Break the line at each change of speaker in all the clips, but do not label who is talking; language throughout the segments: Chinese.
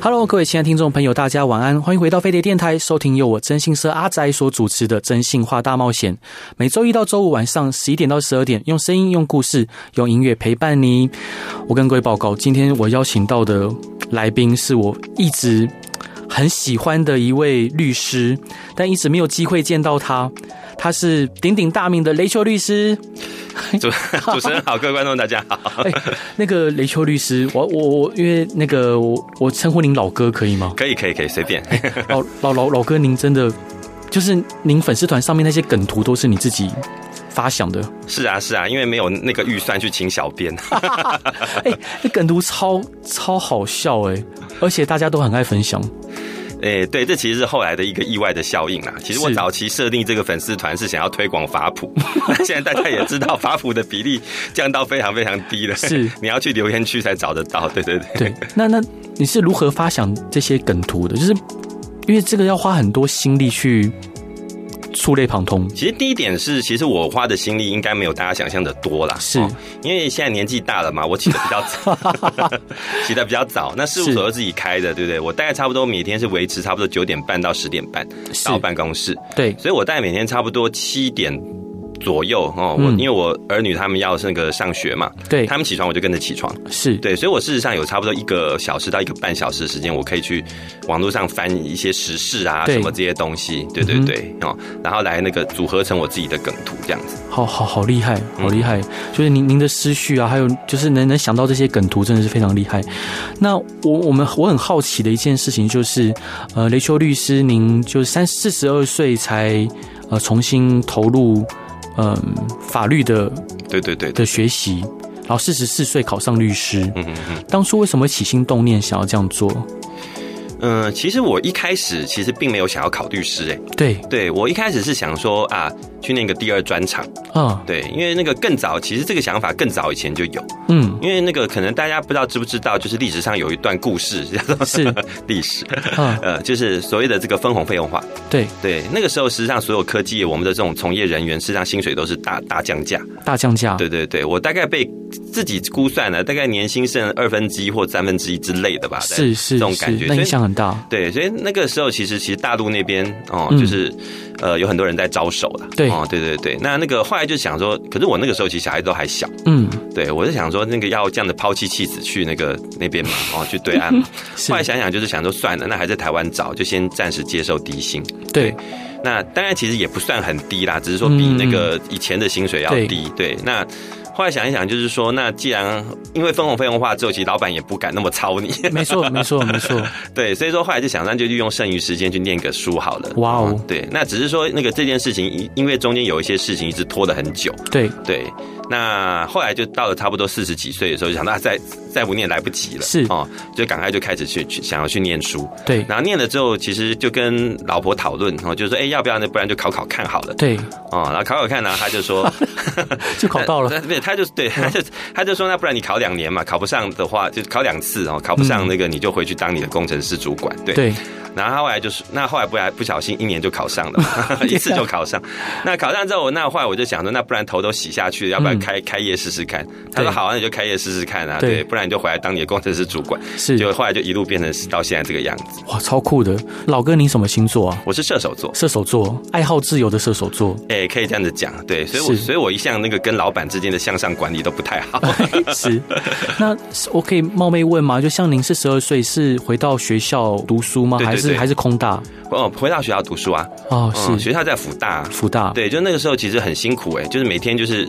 Hello，各位亲爱的听众朋友，大家晚安，欢迎回到飞碟电台，收听由我真心社阿仔所主持的《真心话大冒险》。每周一到周五晚上十一点到十二点，用声音、用故事、用音乐陪伴你。我跟各位报告，今天我邀请到的来宾是我一直很喜欢的一位律师，但一直没有机会见到他。他是鼎鼎大名的雷秋律师。
主 主持人好，各位观众大家好，
哎、那个雷秋律师，我我我，因为那个我我称呼您老哥可以吗？
可以可以可以，随便，
老老老老哥，您真的就是您粉丝团上面那些梗图都是你自己发想的，
是啊是啊，因为没有那个预算去请小编，
哎、那梗图超超好笑哎、而且大家都很爱分享，
哎、对，这其实是后来的一个意外的效应啦。其实我
是
早期设定这个粉丝团是想要推广法普， 那现在大家也知道法普的比例降到非常非常低了，
是
你要去留言区才找得到，对对对。
对，那那你是如何发想这些梗图的？就是因为这个要花很多心力去触类旁通，
其实第一点是，其实我花的心力应该没有大家想象的多啦，哦
是
因为现在年纪大了嘛，我起得比较 早， 起得比较早。那事务所
是
又自己开的，对不对？我大概差不多每天是维持差不多九点半到十点半
是
到办公室，
对，
所以我大概每天差不多七点。左右哦，我、
嗯
因为我儿女他们要那个上学嘛，
对
他们起床我就跟着起床，
是，
对，所以我事实上有差不多一个小时到一个半小时的时间，我可以去网络上翻一些时事啊
对嗯
什么这些东西，对对对哦，然后来那个组合成我自己的梗图这样子。
好好好厉害，
嗯
好厉害！就是您您的思绪啊，还有就是能能想到这些梗图，真的是非常厉害。那我我们我很好奇的一件事情就是，呃，雷秋律师，您就三四十二岁才呃重新投入嗯、法律的
对对对对，
的学习，然后四十四岁考上律师，
嗯嗯嗯。
当初为什么起心动念想要这样做？
嗯，其实我一开始其实并没有想要考律师、诶，
对
对我一开始是想说啊，去念个第二专场，
啊，
对，因为那个更早，其实这个想法更早以前就有，
嗯，
因为那个可能大家不知道知不知道，就是历史上有一段故事叫做
是
历史，
啊，
呃，就是所谓的这个分红费用化，
对，
对，那个时候实际上所有科技我们的这种从业人员，事实上薪水都是大大降价，
大降价，
对对对，我大概被自己估算了，大概年薪剩二分之一或三分之一之类的吧，
是是
这种
是
感，觉，
那
所
影
以
响很大，
对，所以那个时候其实其实大陆那边哦，
嗯
就是、呃有很多人在招手啦。
对
哦，对对对。那那个后来就想说，可是我那个时候其实小孩子都还小，
嗯，
对我就想说那个要这样的抛弃妻子去那个那边嘛，哦去对岸嘛。
是
后来想想就是想说算了，那还在台湾找，就先暂时接受低薪。
对
那当然其实也不算很低啦，只是说比那
嗯
个以前的薪水要低。对，那。后来想一想，就是说，那既然因为分红费用化之后，其实老板也不敢那么操你，
没错，没错，没错，
对，所以说后来就想，那就利用剩余时间去念个书好了。
哇哦
对，那只是说那个这件事情，因因为中间有一些事情一直拖了很久，
对，
对。那后来就到了差不多四十几岁的时候，就想那再再不念来不及了，
是
哦，就赶快就开始去去想要去念书。
对，
然后念了之后，其实就跟老婆讨论，哦，就说哎、要不要呢？不然就考考看好了，
对，
哦，然后考考看呢、他就说
就考到 了。
那对，他就对，他就他就说，那不然你考两年嘛，考不上的话就考两次哦，考不上那个你就回去当你的工程师主管，
嗯
对。
对，
然后他后来就是，那后来不然不小心一年就考上了嘛， 一
啊
次就考上。那考上之后，那后来我就想说，那不然头都洗下去了，要不然
嗯
开、开业试试看。他说
对
好啊，那你就开业试试看啊，
对
对，不然你就回来当你的工程师主管。
是
就后来就一路变成到现在这个样子。
哇，超酷的。老哥，您什么星座啊？
我是射手座。
射手座，爱好自由的射手 座。
哎、可以这样子讲，对，所以我
是
所以我一向那个跟老板之间的向上管理都不太好，
是，那我可以冒昧问吗？就像您四十二岁，是回到学校读书吗？
对对
还是
对
还是空大？
哦，回到学校读书啊，
哦，
嗯，
是啊
学校在福大，
福大。
对，就那个时候其实很辛苦哎、就是每天就是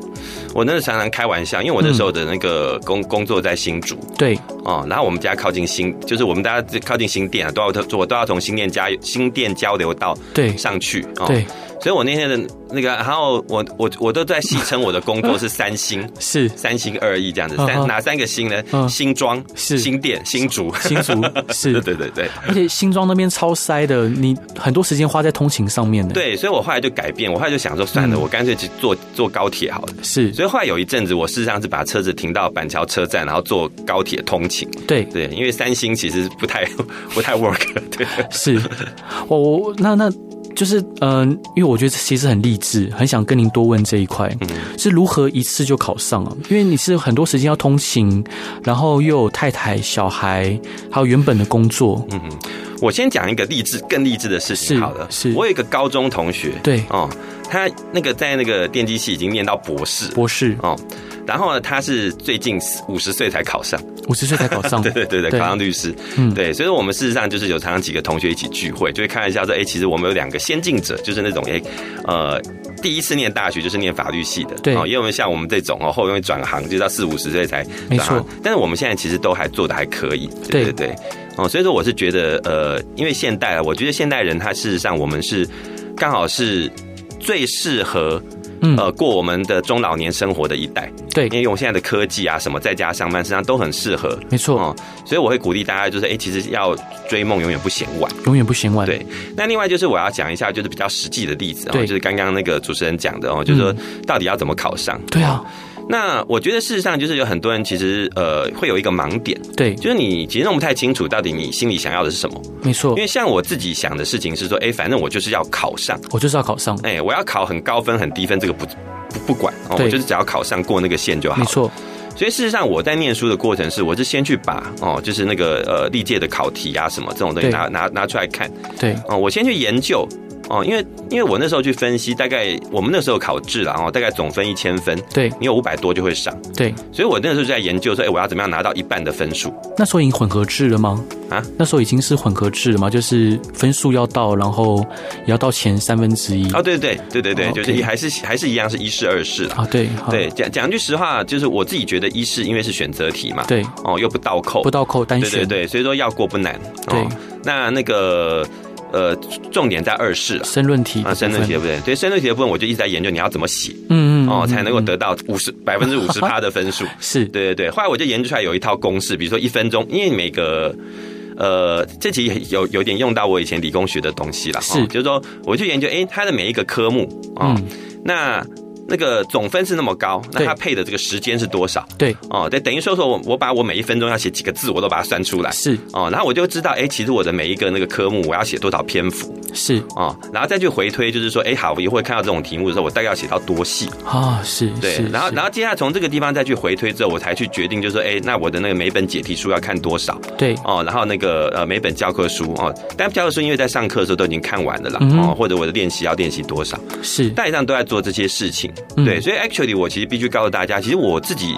我那时候常常开玩笑，因为我那时候的那个工、工作在新竹
对，
哦，然后我们家靠近新，就是我们大家靠近新店啊，都要我都要从新店家新店交流道
对，
上去哦，
对，
所以我那天的那个，然后我我我都在戏称我的工 作是三星，
是
三星二意这样子。
嗯
三
哼
哪三个星呢？
嗯
新庄、
是
新店、新竹。
新竹
对
是，哎
对对对
而且新庄那边超塞的，你很多时间花在通勤上面呢。，
对，所以我后来就改变，我后来就想说，算了，
嗯
我干脆去坐坐高铁好了。
是，
所以后来有一阵子，我事实上是把车子停到板桥车站，然后坐高铁通勤。
对，
对，因为三星其实不太不太 work。对，
是，我我那那就是嗯、呃因为我觉得这其实很励志，很想跟您多问这一块，
嗯
是如何一次就考上啊？因为你是很多时间要通勤，然后又有太太、小孩，还有原本的工作，
我先讲一个励志、更励志的事
是
情好了。
是
我有一个高中同学，
对，
哦，他那个在那个电机系已经念到博士
博士
哦，然后呢，他是最近五十岁才考上，
五十岁才考上，
对对对对，
对
考上律师，
嗯
对，所以我们事实上就是有常常几个同学一起聚会，就会开玩笑说，哎，其实我们有两个先进者，就是那种哎，呃，第一次念大学就是念法律系的，
对
哦，也有像我们这种哦，后面转行就到四五十岁才
没
转行
错，
但是我们现在其实都还做的还可以，对
对
对对，哦，所以说我是觉得，呃，因为现代啊，我觉得现代人他事实上我们是刚好是最适合。
嗯
呃，过我们的中老年生活的一代，
对
因为我们现在的科技啊，什么在家上班，实际上都很适合。
没错，
哦，所以我会鼓励大家，就是哎、诶其实要追梦永远不嫌晚。
永远不嫌晚，
对那另外就是我要讲一下，就是比较实际的例子哦，
对嗯
就是刚刚那个主持人讲的哦，就是说到底要怎么考上。
对啊，
那我觉得事实上就是有很多人其实呃会有一个盲点，
对，
就是你其实弄不太清楚到底你心里想要的是什么。
没错
因，为像我自己想的事情是说，哎、反正我就是要考上，
我就是要考上，
哎、我要考很高分很低分这个不不不管哦，
对
我就是只要考上过那个线就好
没
了。
错，
所以事实上，我在念书的过程是，我是先去把哦，就是那个呃历届的考题啊什么这种东西
对
拿拿拿出来看
对，
哦，我先去研究哦，因为因为我那时候去分析，大概我们那时候考制了哦，大概总分一千分，
对，
你有五百多就会上，
对，
所以我那时候就在研究说，哎、我要怎么样拿到一半的分数？
那时候已经混合制了吗？
啊，
那时候已经是混合制了吗？就是分数要到，然后也要到前三分之一
哦，对对对对对，
哦
就是
OK
还是还是一样是一试二试啦。
啊，对，好
对，讲讲句实话，就是我自己觉得一试因为是选择题嘛，
对，
哦，又不倒扣
不，倒扣单
对对
选，
对，所以说要过不难。哦
对，
那那个呃，重点在二试了。
申论题
啊，申论题
的
对
部
不对？对申论题的部分，我就一直在研究你要怎么写
分，嗯嗯，
哦，
嗯
才能够
嗯
得到五十百分之 五十趴的分数。
是
对对对，后来我就研究出来有一套公式，比如说一分钟，因为每个。呃，这题有有点用到我以前理工学的东西了，哦
是
就是说我去研究，诶，它的每一个科目哦，
嗯
那那个总分是那么高，那
对
它配的这个时间是多少？
对
哦，对，等于说说我我把我每一分钟要写几个字，我都把它算出来
是
哦，然后我就知道，诶，其实我的每一个那个科目我要写多少篇幅，
是
哦，然后再去回推，就是说，哎，好，我也会看到这种题目的时候，我大概要写到多细？
啊是
对
是，，
然后
是
然后接下来从这个地方再去回推之后，我才去决定，就是说，哎，那我的那个每本解题书要看多少？
对
哦，然后那个呃每本教科书哦，但教科书因为在上课的时候都已经看完了啦，
嗯哼
哦，或者我的练习要练习多少，
是
大体上都在做这些事情。
嗯
对，所以 actually 我其实必须告诉大家，其实我自己。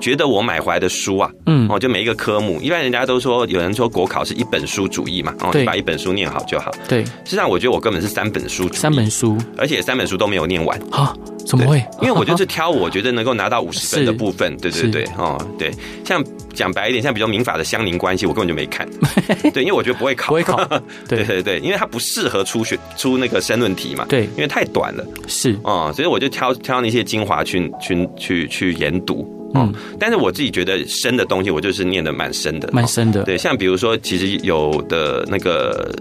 觉得我买回来的书啊，
嗯
哦，就每一个科目，一般人家都说，有人说国考是一本书主义嘛，哦，
对
你把一本书念好就好。
对
事实上，我觉得我根本是三本书主义，
三本书
而且三本书都没有念完，
啊怎么会？
因为我就是挑我觉得能够拿到五十分
是
的部分，对对对，哦，对，像讲白一点，像比较民法的乡邻关系，我根本就没 看，对，因为我觉得不会考，
不会 考对
对对对，因为它不适合出选出那个申论题嘛，
对
因为太短了，
是
哦，所以我就挑挑那些精华去去去去研读，
嗯
哦，但是我自己觉得深的东西，我就是念的蛮深的，
蛮
哦
深的
对，像比如说，其实有的那个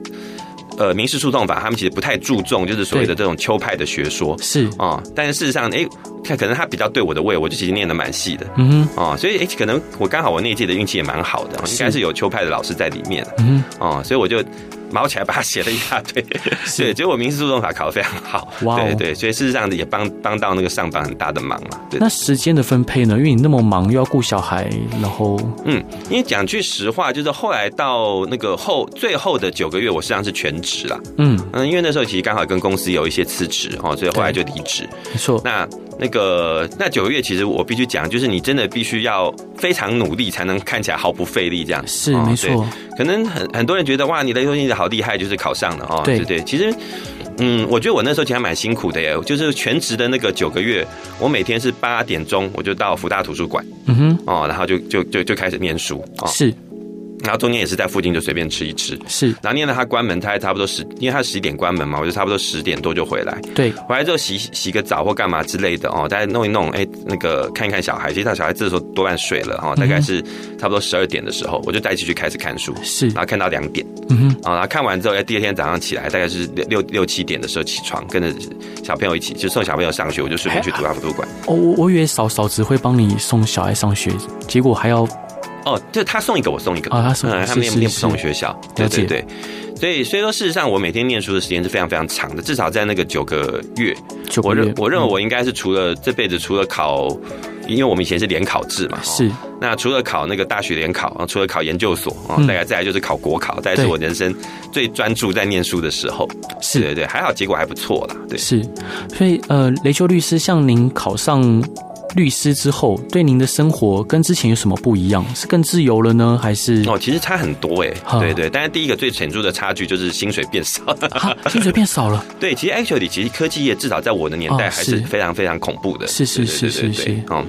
呃民事诉讼法，他们其实不太注重就是所谓的这种秋派的学说
是
哦，但是事实上，哎、看可能他比较对我的胃，我就其实念的蛮细的。
嗯哼
哦，所以哎、可能我刚好我那一届的运气也蛮好的，应该
是
是有秋派的老师在里面
嗯
哦，所以我就毛起来把它写了一 大堆，对，结果民事诉讼法考得非常好，
哇哦
对对，所以事实上也帮帮到那个上榜很大的忙嘛，对
那时间的分配呢？因为你那么忙，又要顾小孩，然后
嗯，因为讲句实话，就是后来到那个后最后的九个月，我实际上是全职啦。
嗯
嗯，因为那时候其实刚好跟公司有一些辞职哦，所以后来就离职。
没错
那那个那九个月，其实我必须讲，就是你真的必须要非常努力，才能看起来毫不费力这样。
是
哦
没。错
对可能很很多人觉得哇，你的优先级好厉害，就是考上了哦。
对
对，其实。嗯，我觉得我那时候其实还蛮辛苦的耶，就是全职的那个九个月，我每天是八点钟我就到福大图书馆
嗯哼
哦，然后就就就就开始念书哦，
是
然后中间也是在附近就随便吃一吃。
是，
然后念到他关门，他也差不多十，因为他十一点关门嘛，我就差不多十点多就回来。
对，
回来之后洗洗个澡或干嘛之类的哦，再弄一弄，哎，那个看一看小孩。其实他小孩这时候多半睡了哈、哦，大概是差不多十二点的时候，我就带进去开始看书，
是
然后看到两点，
嗯哼，
啊、然后看完之后，哎，第二天早上起来大概是六六六七点的时候起床，跟着小朋友一起就送小朋友上学，我就顺便去图书馆。
哦，我我以为嫂嫂子会帮你送小孩上学，结果还要
哦，就他送一个，我送一个
啊他送
嗯、他们
是
念
是
念不同
是
学校，
了
对对
解
对。所以，所以说，事实上，我每天念书的时间是非常非常长的，至少在那个九个月，
九
我
个
认
月，嗯
我认为我应该是除了这辈子除了考，因为我们以前是联考制嘛，哦
是
那除了考那个大学联考，啊除了考研究所啊，
嗯
大概再来就是考国考，再来是
对
我人生最专注在念书的时候，对
是
对对，还好结果还不错啦，对。
是，所以呃，雷秋律师，像您考上律师之后，对您的生活跟之前有什么不一样？是更自由了呢，还是
哦，其实差很多哎、
哈
对对，但是第一个最显著的差距就是薪水变少。
啊，薪水变少了？
对，其实 actually，其实科技业至少在我的年代
哦
还是
是
非常非常恐怖的，
是是是
对对
是
对
是
对哦，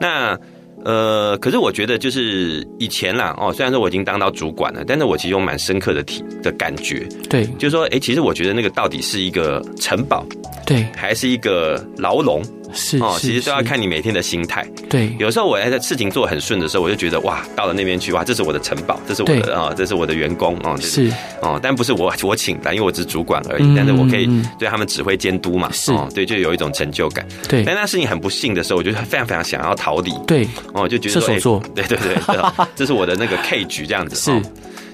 那呃，可是我觉得就是以前啦，哦，虽然说我已经当到主管了，但是我其实有蛮深刻的体的感觉，
对
就是说，哎，其实我觉得那个到底是一个城堡
对，
还是一个牢笼
是
哦，
是
其实都要
是
看你每天的心态。
对
有时候我在事情做很顺的时候，我就觉得哇，到了那边去，哇，这是我的城堡，这是我
对
的啊、哦，这是我的员工哦，这
是
哦，但不是我我请的，因为我只是主管而
嗯
已，但是我可以
嗯
对他们指挥监督嘛，
是
哦，对，就有一种成就感。
对
哎但那事情很不幸的时候，我就非常非常想要逃离，
对
哦，就觉得说
射手座
哎对 对对，对哦这是我的那个 K 局这样子。
是
哦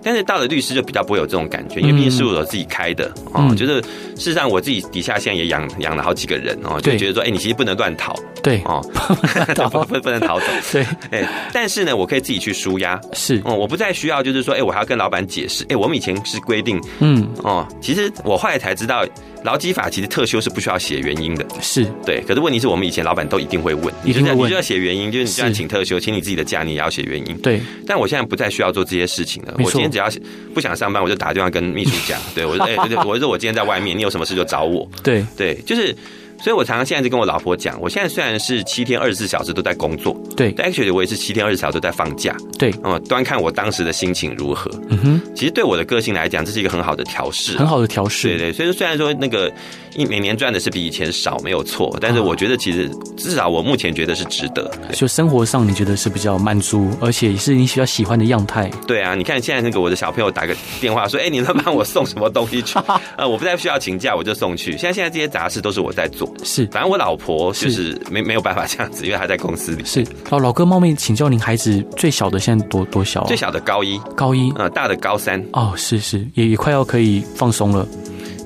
但是到了律师就比较不会有这种感觉，因为毕竟事务所自己开的哦，
嗯
就是事实上我自己底下现在也养养了好几个人哦，就
对
觉得说，哎，你其实不能乱逃
对
哦， 不不不能逃走，
对
哎，但是呢，我可以自己去舒压
是
哦，我不再需要就是说，哎，我还要跟老板解释，哎，我们以前是规定
嗯
哦，其实我后来才知道，劳基法其实特休是不需要写原因的，
是
对。可是问题是我们以前老板都一定会问，
一定会
你就
问
你就要写原因，就是你
是
就要请特休，请你自己的假，你也要写原因。
对
但我现在不再需要做这些事情了，
没
我
错
今天只要不想上班，我就打电话跟秘书 讲，对我说，哎、对对我说我今天在外面，你有什么事就找我，
对
对，就是。所以，我常常现在就跟我老婆讲，我现在虽然是七天二十四小时都在工作，
对
但 actually 我也是七天二十四小时都在放假，
对
嗯，端看我当时的心情如何。
嗯哼，
其实对我的个性来讲，这是一个很好的调试，
很好的调
对
试
对，所以说虽然说那个一每年赚的是比以前少，没有
啊
错，但是我觉得其实至少我目前觉得是值得。对
就生活上你觉得是比较满足，而且是你比较喜欢的样态。
对啊，你看现在那个我的小朋友打个电话说，哎，你能帮我送什么东西去？ 呃，我不太需要请假，我就送去。现在现在这些杂事都是我在做，
是
反正我老婆就是没没有办法这样子，因为她在公司里。
是，老老哥冒昧请教您，孩子最小的现在多多小、啊？
最小的高一，
高一。
呃，大的高三。
哦，是是，也也快要可以放松了。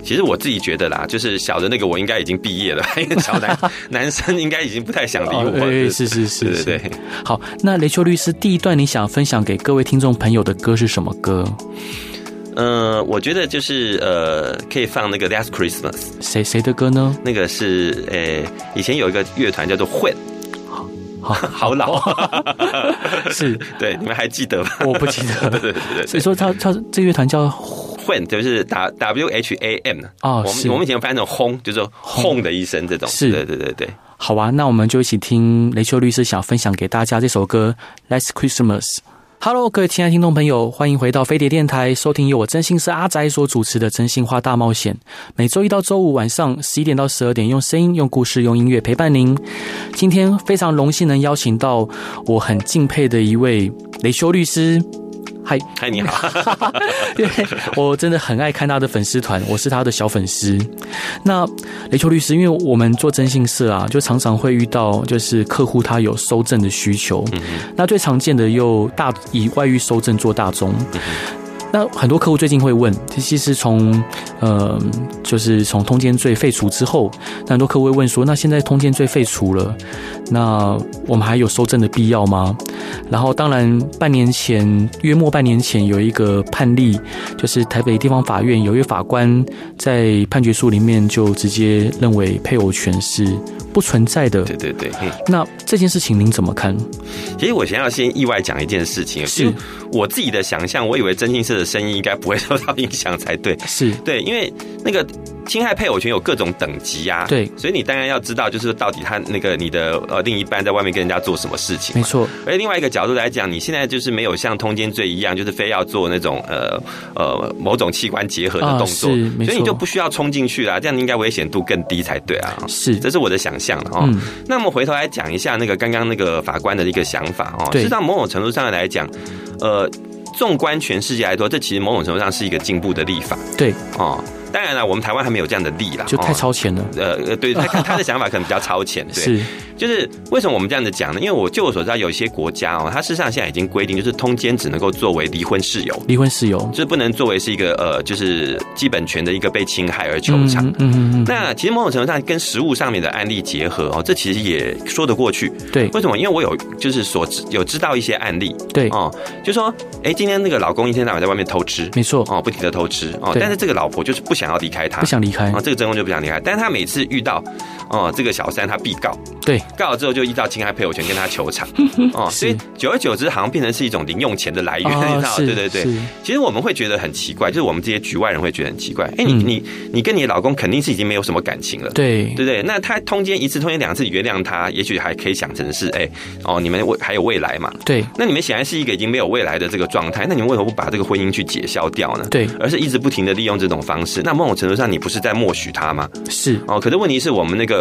其实我自己觉得啦，就是小的那个我应该已经毕业了，因为小 男男生应该已经不太想理我
哦
了。
哎是是是
对对
是
对。
好，那雷秋律师第一段你想分享给各位听众朋友的歌是什么歌？
呃，我觉得就是呃，可以放那个《Last Christmas》，
谁谁的歌呢？
那个是呃、以前有一个乐团叫做混，
好
好老，
是
对，你们还记得吗？
我不记得
对对对
所以
对，
说他他这乐团叫
混就是 W W H A M
哦
啊我
是
们我们以前翻成轰，就是轰的一声这种，
是
对对对对，
好啊，那我们就一起听雷秋律师想分享给大家这首歌《Last Christmas》。Hello，各位亲爱的听众朋友，欢迎回到飞碟电台，收听由我真心是阿宅所主持的《真心话大冒险》，每周一到周五晚上十一点到十二点，用声音、用故事、用音乐陪伴您。今天非常荣幸能邀请到我很敬佩的一位雷修律师。嗨，
嗨，你好，
对 我真的很爱看他的粉丝团，我是他的小粉丝。那雷秋律师，因为我们做征信社啊，就常常会遇到就是客户他有收证的需求，
嗯
那最常见的又大以外遇收证做大宗。那很多客户最近会问，其实从呃，就是从通奸罪废除之后，那很多客户会问说，那现在通奸罪废除了，那我们还有收证的必要吗？然后，当然，半年前约莫半年前有一个判例，就是台北地方法院有一位法官在判决书里面就直接认为配偶权是不存在的。
对对对，嗯，
那这件事情您怎么看？
其实我想要先意外讲一件事情，
是
就我自己的想象，我以为真心社的生意应该不会受到影响才对，
是
对，因为那个侵害配偶权有各种等级啊，
对
所以你当然要知道，就是到底他那个你的呃另一半在外面跟人家做什么事情
没
嘛。
错，
而另外一个角度来讲，你现在就是没有像通奸罪一样，就是非要做那种呃呃某种器官结合的
啊
动作，
是没
所以你
错
就不需要冲进去啦，这样应该危险度更低才对啊。
是
这是我的想象了哦。
嗯
那么回头来讲一下那个刚刚那个法官的一个想法哦，
对
事实上某种程度上来讲，呃，纵观全世界来说，这其实某种程度上是一个进步的立法
对，
哦。当然了，我们台湾还没有这样的立啦，
就太
哦
超前了，
呃呃，对他他的想法可能比较超前，对，
是
就是为什么我们这样子讲呢？因为我据我所知道，有一些国家哦，它事实上现在已经规定，就是通奸只能够作为离婚事由，
离婚事由，
就是不能作为是一个呃，就是基本权的一个被侵害而求偿。
嗯嗯嗯嗯，
那其实某种程度上跟实物上面的案例结合哦，这其实也说得过去。
嗯对
为什么？因为我有就是所知有知道一些案例
对，
哦，就说哎，今天那个老公一天到晚在外面偷吃
没错，
哦，不停的偷吃哦，
对
但是这个老婆就是不想要离开他
不，想离开
啊、，这个真空就不想离开，但是他每次遇到哦这个小三，他必告，
对，
告了之后就依照侵害配偶权跟他求 偿，哦，所以
是哦
久而久之好像变成是一种零用钱的来源， 你知道吗？
啊是
对对对。
是
其实我们会觉得很奇怪，就是我们这些局外人会觉得很奇怪，哎、你
嗯
你你跟你老公肯定是已经没有什么感情了。
对
对不对？那他通奸一次、通奸两次，原谅他，也许还可以想成是，哎，哦，你们未还有未来嘛？
对
那你们显然是一个已经没有未来的这个状态，那你们为何不把这个婚姻去解消掉呢？
对
而是一直不停的利用这种方式，那某种程度上，你不是在默许他吗？
是，
哦，可是问题是我们那个。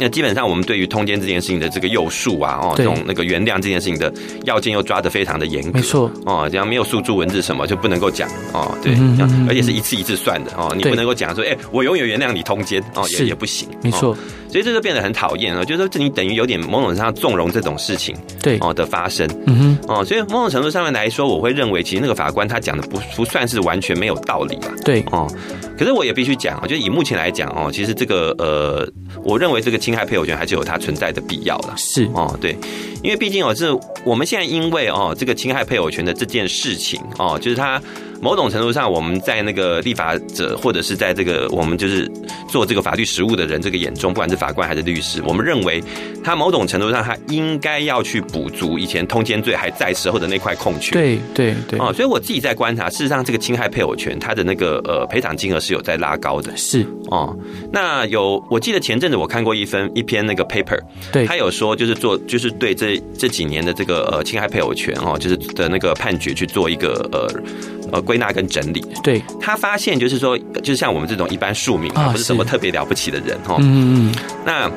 那基本上，我们对于通奸这件事情的这个诱诉啊，哦，这
对
种那个原谅这件事情的要件又抓得非常的严格，
没错，
哦，这样没有诉诸文字什么就不能够讲哦，对，
嗯
这
嗯嗯
样
嗯
而且是一次一次算的哦，你
对
不能够讲说，哎、我永远原谅你通奸哦，也
是
也不行，
没
哦，
错，
所以这就变得很讨厌了，就是说这你等于有点某种程度上纵容这种事情
对，
哦的发生
嗯哼，
哦，所以某种程度上面来说，我会认为其实那个法官他讲的不不算是完全没有道理啊，
对
哦，可是我也必须讲，就以目前来讲哦，其实这个呃，我认为这个侵害配偶权还是有它存在的必要的。
是，
哦，对，因为毕竟哦，这我们现在因为哦这个侵害配偶权的这件事情哦，就是它某种程度上我们在那个立法者或者是在这个我们就是做这个法律实务的人这个眼中，不管是法官还是律师，我们认为他某种程度上他应该要去补足以前通奸罪还在时候的那块空缺。
对对对，
哦，所以我自己在观察，事实上这个侵害配偶权，它的那个呃赔偿金额是有在拉高的
是，
哦。那有，我记得前阵子我看过一份一篇那个 paper，
对
他有说就是做就是对这这几年的这个呃侵害配偶权哦，就是的那个判决去做一个呃呃归纳跟整理。
对，
他发现就是说，就是像我们这种一般庶民
啊
啊，不是什么
是
特别了不起的人哦，
嗯嗯嗯，
那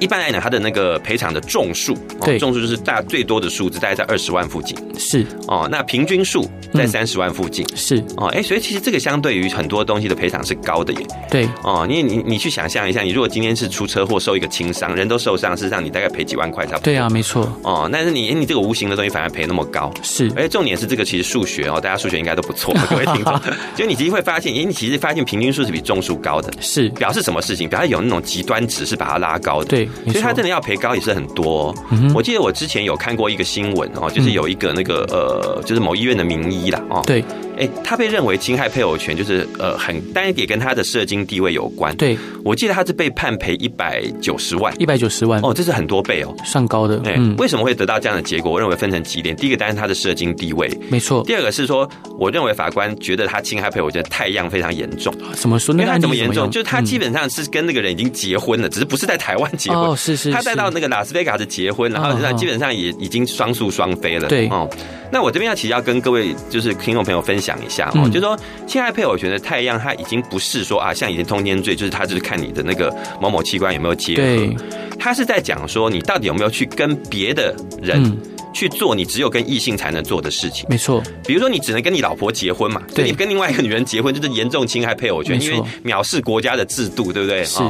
一般来讲，他的那个赔偿的众数，
对
众数就是大最多的数字，大概在二十万附近。
是
哦，那平均数在
嗯
三十万附近。
是，
哦，哎、所以其实这个相对于很多东西的赔偿是高的耶。
对
哦，因为你你去想象一下，你如果今天是出车祸受一个轻伤，人都受伤，事实上你大概赔几万块差不多。
对啊，没错，
哦，但是你你这个无形的东西反而赔那么高，
是
而且重点是这个其实数学哦，大家数学应该都不 错，各位听众，就你其实会发现，哎，你其实发现平均数是比中数高的，
是，
表示什么事情？表示有那种极端值是把它拉高的。
对，没
所以他
错嗯
真，的要赔高也是很多、哦。
哼嗯
我记得我之前有看过一个新闻哦，就是有一个那个呃，就是某医院的名医啦哦，
对
哎、他被认为侵害配偶权，就是呃很，但也跟他的社经地位有关。，
对，
我记得他是被判赔一百九十万
一百九十万
哦，这是很多倍哦。
算高的
哎、，
嗯，
为什么会得到这样的结果？我认为分成几点，第一个当然是他的社经地位，
没错，
第二个是说，我认为法官觉得他侵害配偶权的太样非常严重。
怎么说？
因
那
为
个
他
案例
怎么严重？
样
就是他
嗯
基本上是跟那个人已经结婚了，只是不是在台湾结婚，
哦，是是，
他带
是
到那个拉斯维加斯结婚，然
嗯
后
嗯
那基本上也已经双宿双飞了。
对
哦，那我这边要其实要跟各位就是听众朋友分享一下哦，
嗯
就是说侵害配偶权的太阳，它已经不是说啊像以前通奸罪，就是他就是看你的那个某某器官有没有结
对
合，，他是在讲说你到底有没有去跟别的人
嗯，
去做你只有跟异性才能做的事情。
没错，
比如说你只能跟你老婆结婚嘛，所以
对
你跟另外一个女人结婚就是严重侵害配偶权，
没
因
错
为藐视国家的制度，对不对？
是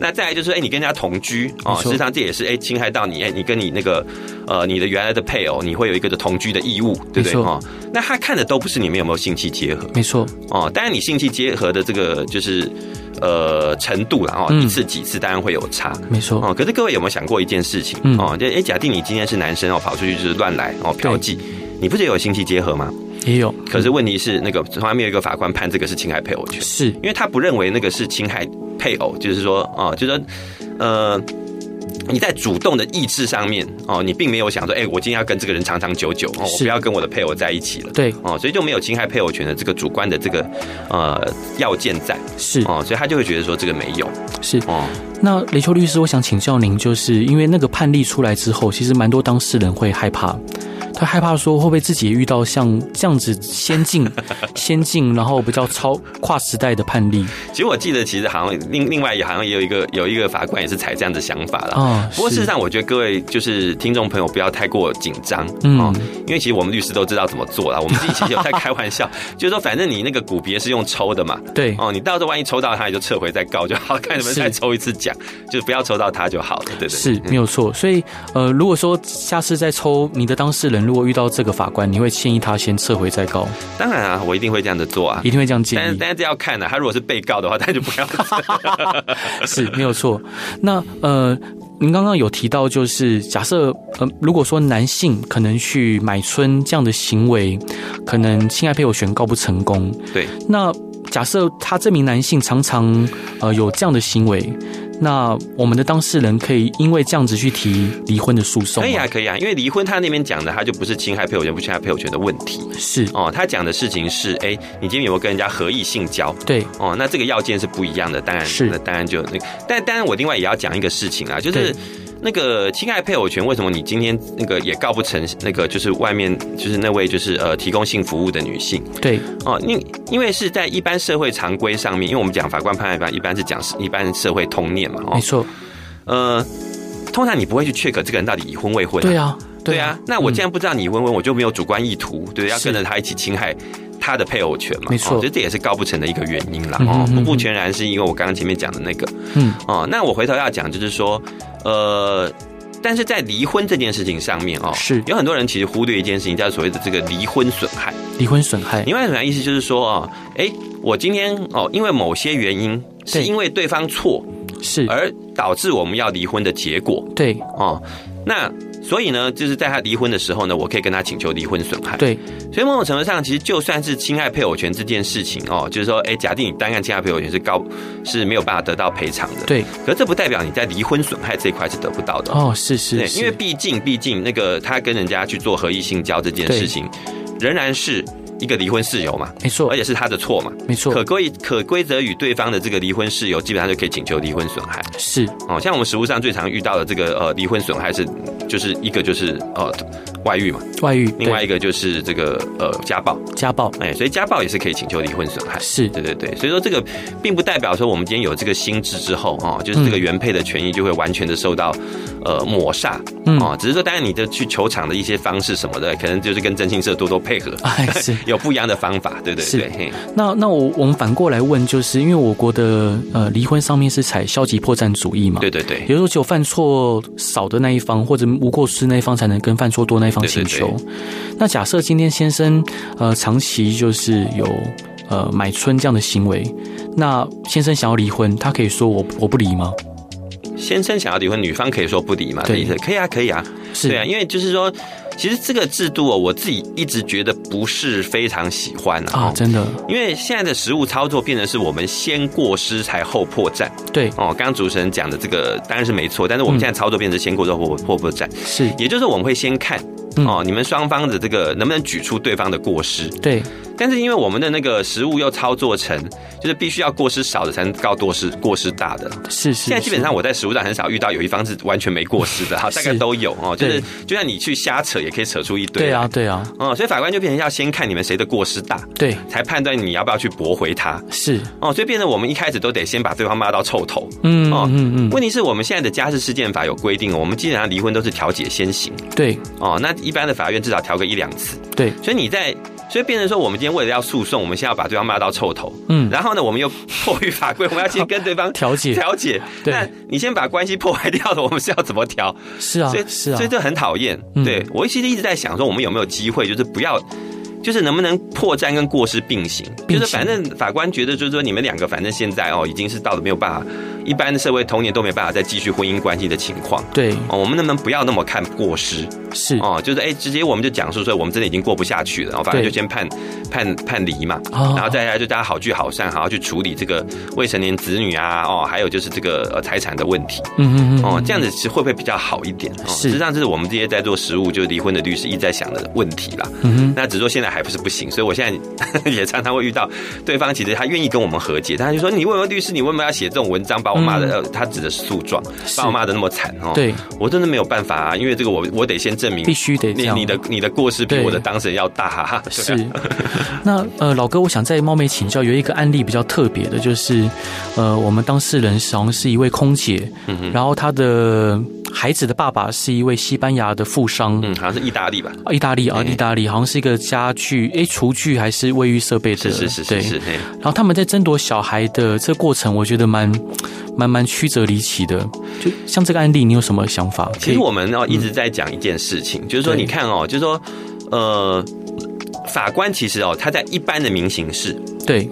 那再来就是，哎、你跟人家同居
没
哦，
错
事实上这也是哎、侵害到你，哎、你跟你那个呃你的原来的配偶，你会有一个的同居的义务，对
没
不对？
错
哦，那他看的都不是你们有没有性器结合
没错，
哦，当然你性器结合的这个就是呃程度啦哦，
嗯
一次几次当然会有差。
没错，
哦，可是各位有没有想过一件事情？
嗯
哦，就哎、假定你今天是男生哦，跑出去就是乱来哦，嫖
对
妓，你不是也有性器结合吗？
也有，
可是问题是，那个从来没有一个法官判这个是侵害配偶权，
是
因为他不认为那个是侵害配偶，就是说，哦，就是说，呃，你在主动的意志上面哦，你并没有想说，哎、我今天要跟这个人长长久久哦，我
是
不要跟我的配偶在一起了。
对，
哦，所以就没有侵害配偶权的这个主观的这个呃要件在
是
哦，所以他就会觉得说这个没有
是。
哦，
那雷秋律师，我想请教您，就是因为那个判例出来之后，其实蛮多当事人会害怕，他害怕说会不会自己也遇到像这样子先 进、先进，然后比较超跨时代的判例
其实我记得，其实好像另另外也好像也有一个有一个法官也是采这样的想法啦。
啊。
不过事实上，我觉得各位就是听众朋友不要太过紧张，
嗯
哦，因为其实我们律师都知道怎么做啦。我们自己其实有在开玩 笑，就是说反正你那个股别是用抽的嘛，
对，
哦，你到时候万一抽到它，你就撤回再告就好，看能不
是
能再抽一次奖，就不要抽到它就好了，对嗯不对？
是没有错。所以呃，如果说下次再抽你的当事人，如果遇到这个法官，你会建议他先撤回再告，
当然啊，我一定会这样子做啊
一。定会这样建
但
议
是。但是这要看的、啊他如果是被告的话，他就 不要
啊是没有错。那呃，您刚刚有提到，就是假设呃，如果说男性可能去买春这样的行为，可能侵害配偶权告不成功。
对，
那假设他这名男性常常呃有这样的行为，那我们的当事人可以因为这样子去提离婚的诉讼
可
吗？
以啊，可以啊，因为离婚他那边讲的，他就不是侵害配偶权不侵害配偶权的问题
是，
哦，他讲的事情是，哎、你今天有没有跟人家合意性交？
对，
哦，那这个要件是不一样的，当然
是
那当然就那个，但当然我另外也要讲一个事情啊，就是
对
那个侵害配偶权，为什么你今天那个也告不成那个就是外面就是那位就是呃提供性服务的女性
对，
哦，因因为是在一般社会常规上面，因为我们讲法官判案法一般是讲一般社会通念嘛，
没
哦，
错，
呃，通常你不会去 check 这个人到底已婚未婚、
对啊，
对啊，那我
嗯
既然不知道你已婚未婚，我就没有主观意图，对不对，要
是
跟着他一起侵害他的配偶权嘛，
没错
哦所以这也是告不成的一个原因啦。
嗯
哦
嗯，嗯
不
嗯
不全然是因为我刚刚前面讲的那个
嗯，
哦。那我回头要讲就是说，呃，但是在离婚这件事情上面哦，
是
有很多人其实忽略一件事情，叫所谓的这个离婚损害。
离婚损害
离婚损害意思就是说哦，哎，我今天哦，因为某些原因，是
对
因为对方错
是，
而导致我们要离婚的结果。
对
哦，那所以呢，就是在他离婚的时候呢，我可以跟他请求离婚损害。，
对
所以某种程度上，其实就算是侵害配偶权这件事情哦，就是说，哎，假定你单案侵害配偶权是告是没有办法得到赔偿的，。
对，
可这不代表你在离婚损害这一块是得不到的，
哦，是是
对，
是，
因为毕竟毕竟那个他跟人家去做合意性交这件事情，仍然是一个离婚事由嘛，
没错
而且是他的错嘛。
没错
呃可，归可归责与对方的这个离婚事由，基本上就可以请求离婚损害。
是
哦，像我们实务上最常遇到的这个呃离婚损害是，就是一个就是呃外遇嘛，
外遇，
另外
对
一个就是这个呃家暴，
家暴
哎，所以家暴也是可以请求离婚损害。
是
对对对，所以说这个并不代表说我们今天有这个心智之后哦，就是这个原配的权益就会完全的受到呃抹煞
嗯
哦，只是说当然你的去球场的一些方式什么的，可能就是跟征信社多多配合，
哎是。
有不一样的方法，对对
是
对，嘿
那那我我们反过来问，就是因为我国的呃离婚上面是采消极破绽主义嘛，
对，对对
也。就是说只有犯错少的那一方或者无过失那一方才能跟犯错多那一方
对
请
对对
求。那假设今天先生呃长期就是有呃买春这样的行为，那先生想要离婚，他可以说我我不离吗？
先生想要离婚，女方可以说不离嘛，
对
这意思可以啊，可以啊，
是
对啊，因为就是说，其实这个制度哦，我自己一直觉得不是非常喜欢
啊，
啊。
真的
因为现在的实物操作变成是我们先过失才后破绽
对
哦，刚刚主持人讲的这个当然是没错，但是我们
嗯
现在操作变成是先过之后破破破绽，
是，
也就是我们会先看
嗯
哦，你们双方的这个能不能举出对方的过失，
对
但是因为我们的那个实物又操作成就是必须要过失少的才能告过失过失大的，
是是，
现在基本上我在实务上很少遇到有一方是完全没过失 的哈，
是
大概都有哦，就是
对
就像你去瞎扯也可以扯出一堆。
对啊，对啊
哦，所以法官就变成要先看你们谁的过失大，
对啊
才判断你要不要去驳回他。
是
哦，所以变成我们一开始都得先把对方骂到臭头。
嗯
哦
嗯嗯
问题是我们现在的家事事件法有规定，我们基本上离婚都是调解先行
对
哦。那一般的法院至少调个一两次，
对
所以你在，所以变成说，我们今天为了要诉讼，我们现在要把对方骂到臭头，
嗯
然后呢，我们又迫于法规，我们要先跟对方
调解
调解。
对
那你先把关系破坏掉了，我们是要怎么调？
是啊
所以
是啊
所以，这很讨厌。
嗯
对我其实一直在想说，我们有没有机会，就是不要。就是能不能破绽跟过失并行，
并行
就是反正法官觉得就是说你们两个反正现在哦已经是到了没有办法，一般的社会童年都没办法再继续婚姻关系的情况。
对，
哦，我们能不能不要那么看过失
是
哦？就是哎、直接我们就讲述说我们真的已经过不下去了，哦然后反正
对
就先判判判离嘛，
哦
然后再来就大家好聚好散，好好去处理这个未成年子女啊，哦，还有就是这个呃财产的问题。
嗯嗯嗯，
哦，这样子是会不会比较好一点？哦、
是
实际上这是我们这些在做实务就离婚的律师一直在想的问题啦。
嗯哼，
那只是说现在还不是不行，所以我现在 也常常会遇到对方其实他愿意跟我们和解，但他就说你为什么律师，你为什么要写这种文章把我骂的、呃，他指的是诉状，
嗯是
把我骂的那么惨哦？，
对，
我真的没有办法啊，因为这个我我得先证明
必须得这
你
样。
你的你的过失比
对
我的当事人要大、啊，对啊
是， 那呃，老哥，我想再冒昧请教，有一个案例比较特别的，就是呃，我们当事人好像是一位空姐，
嗯
然后她的孩子的爸爸是一位西班牙的富商，
嗯，好哎像是意大利吧？
啊意大利啊，意大利好像是一个家具，诶，厨具还是卫浴设备的，
是是是
对
是是，嘿
然后他们在争夺小孩的这个过程，我觉得蛮蛮蛮曲折离奇的。就像这个案例，你有什么想法？
其实
可以
我们哦一直在讲一件事情，就是说
嗯对
你看哦，就是说呃，法官其实哦他在一般的民刑事
对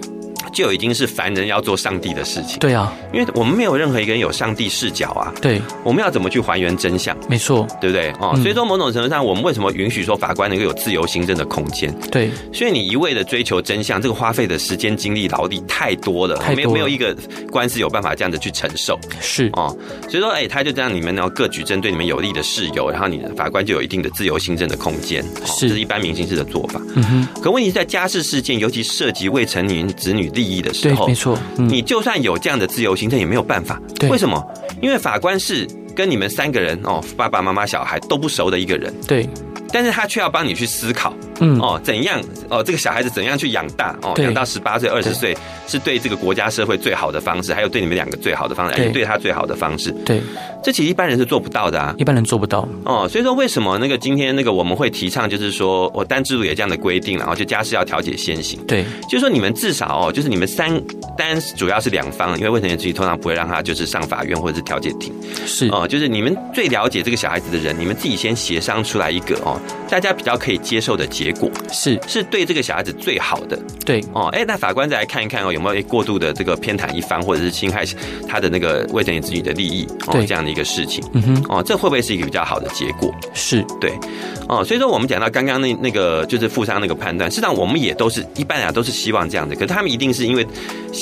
就已经是凡人要做上帝的事情，
对啊，
因为我们没有任何一个人有上帝视角啊，
对，
我们要怎么去还原真相，
没错，
对不对？哦，
嗯
所以说某种程度上，我们为什么允许说法官能够有自由行政的空间？
对
所以你一味的追求真相，这个花费的时间、精力、劳力太多了，
太多了
没有没有一个官司有办法这样子去承受。
是，
哦，所以说，哎、他就这样，你们要各举针对你们有利的事由，然后你的法官就有一定的自由行政的空间，哦、
是
这是一般民刑事的做法。
嗯哼，
可问题是在家事事件，尤其涉及未成年子女利益的时
对，
候
没，错，嗯，
哦你就算有这样的自由行政也没有办法
对。
为什么？因为法官是跟你们三个人哦，爸爸妈妈、小孩都不熟的一个人，
对，
但是他却要帮你去思考
嗯，
哦，怎样哦，这个小孩子怎样去养大哦，
对
养到十八岁、二
对
十岁，是对这个国家社会最好的方式，还有对你们两个最好的方式，
对
也对他最好的方式。
对，
这其实一般人是做不到的啊。
一般人做不到，
哦，所以说为什么那个今天那个我们会提倡，就是说我单制度也这样的规定了，然后就家事要调解先行，
对，
就是说你们至少哦，就是你们三单主要是两方，因为未成年子女通常不会让他就是上法院或者是调解庭
是，
哦，就是你们最了解这个小孩子的人，你们自己先协商出来一个哦，大家比较可以接受的结果，
是，
是对这个小孩子最好的
对，
哦。哎，那法官再来看一看哦，有没有过度的这个偏袒一方，或者是侵害他的那个未成年子女的利益哦
对
这样的一个事情。
嗯哼，
哦，这会不会是一个比较好的结果？
是，
对，哦，所以说我们讲到刚刚那那个就是富商那个判断，事实上我们也都是一般啊都是希望这样的，可是他们一定是因为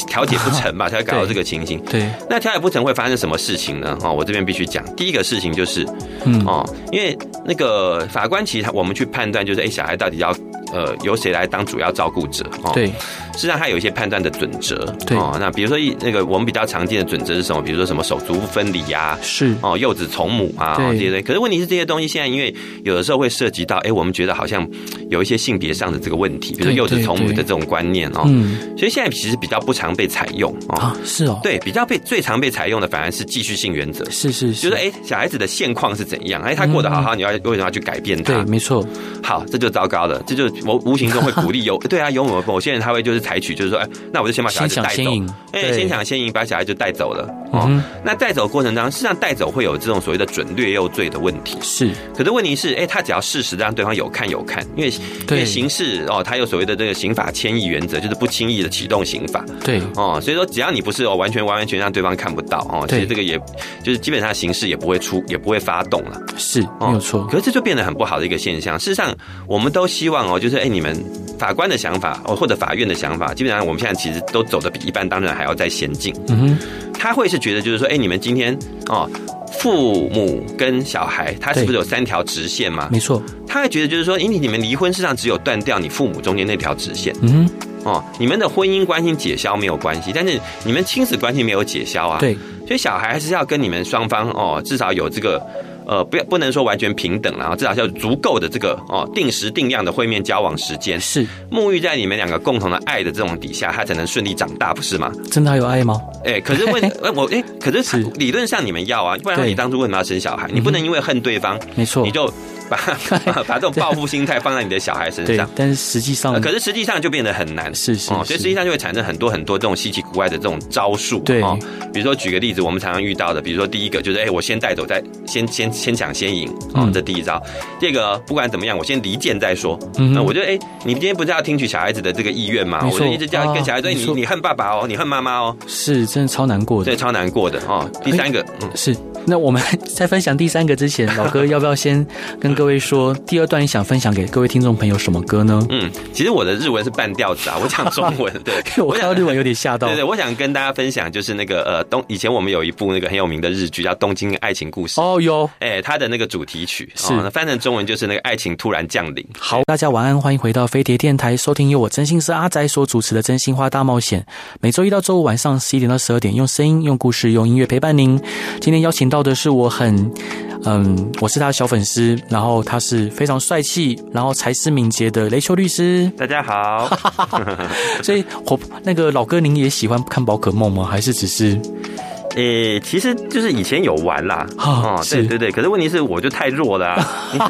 调解不成嘛，才会搞到这个 情形。
对，
那调解不成会发生什么事情呢？哦，我这边必须讲，第一个事情就是
嗯，
哦，因为那个法官其实他我们去判断就是，哎、小孩到底要呃由谁来当主要照顾者？哦，
对，
事实上它有一些判断的准则。
对
哦，那比如说一那个我们比较常见的准则是什么？比如说什么手足不分离呀、
是，
哦，幼子从母啊，
对
哦这些东西。可是问题是，这些东西现在因为有的时候会涉及到，哎，我们觉得好像有一些性别上的这个问题，比如说
对
幼子
对
从母
对
的这种观念哦，
嗯，
所以现在其实比较不常被采用哦。
啊，是哦，
对，比较被最常被采用的反而是继续性原则，
是是，
就是是哎，小孩子的现况是怎样？哎，他过得好好，你要为什么要去改变
对，
他？
没错，
好，这就糟糕了，这就我无形中会鼓 励有对啊，有某某些人他会就是采取就是说，哎，那我就先把小孩
先
子
抢
带
先
走，
赢，
哎，
对
先抢先赢，把小孩就带走了。哦，
嗯哼，
那带走过程当中，事实上带走会有这种所谓的准略幼罪的问题。
是，
可是问题是，哎、他只要事实让对方有看有看，因为因
对
为刑事哦，他有所谓的这个刑法迁移原则，就是不轻易的启动刑法
对，
哦。所以说，只要你不是哦完全完完全让对方看不到哦，其
对
实这个也就是基本上刑事也不会出，也不会发动了。
是，
哦
没有错，
可是这就变得很不好的一个现象。事实上，我们都希望哦，就是哎、你们法官的想法哦，或者法院的想法，基本上我们现在其实都走的比一般当事人还要再先进。
嗯哼，
他会是觉得就是说，哎、你们今天哦，父母跟小孩，他是不是有三条直线嘛？
没错，
他会觉得就是说，因为你们离婚事实上只有断掉你父母中间那条直线
嗯哼，
哦，你们的婚姻关系解消没有关系，但是你们亲子关系没有解消啊。，
对，
所以小孩还是要跟你们双方哦，至少有这个。呃，不要不能说完全平等啦，至少要有足够的这个哦定时定量的会面交往时间，
是，
沐浴在你们两个共同的爱的这种底下，他才能顺利长大，不是吗？
真的还有爱吗？
哎、可是问 呃我哎、可
是
是理论上你们要啊，不然
对
你当初为什么要生小孩？你不能因为恨对方，
没错
你，就把 把把这种报复心态放在你的小孩身
对
上。，
但是实际上
呃可是实际上就变得很难，
嗯是是
哦，所
是
以实际上就会产生很多很多这种稀奇古怪的这种招数，
对
哦，比如说举个例子，我们常常遇到的，比如说第一个就是，哎、我先带走，再先先先抢先赢，哦
嗯，
这第一招。第二个，不管怎么样，我先离间再说。
嗯哼
那我觉得，哎、你今天不是要听取小孩子的这个意愿吗？
没
我
错
就一直这样跟小孩说，
啊
哎
没
你
错
你恨爸爸哦，你恨妈妈哦，
是真的超难过的
这。超难过的哦。第三
哎
个，嗯，
是，那我们 在分享第三个之前，老哥要不要先跟各位说，第二段你想分享给各位听众朋友什么歌呢？，
嗯，其实我的日文是半吊子啊，我讲中文，对
我看到
想
日文有点吓到
对。对，我想跟大家分享，就是那个呃东，以前我们有一部那个很有名的日剧叫《东京爱情故事》。
哦哟，
哎，它的那个主题曲哦
是
那翻成中文就是那个“爱情突然降临
好，大家晚安，欢迎回到飞碟电台，收听由我真心是阿仔所主持的《真心话大冒险》，每周一到周五晚上十一点到十二点，用声音、用故事、用音乐陪伴您。今天邀请到的是我很，嗯，我是他的小粉丝，然后他是非常帅气，然后才思敏捷的雷秋律师”。。
大家好，
所以我那个老哥，您也喜欢看宝可梦吗？还是只是
诶，其实就是以前有玩啦，哦
啊
对
是
对对，可是问题是我就太弱了、 啊，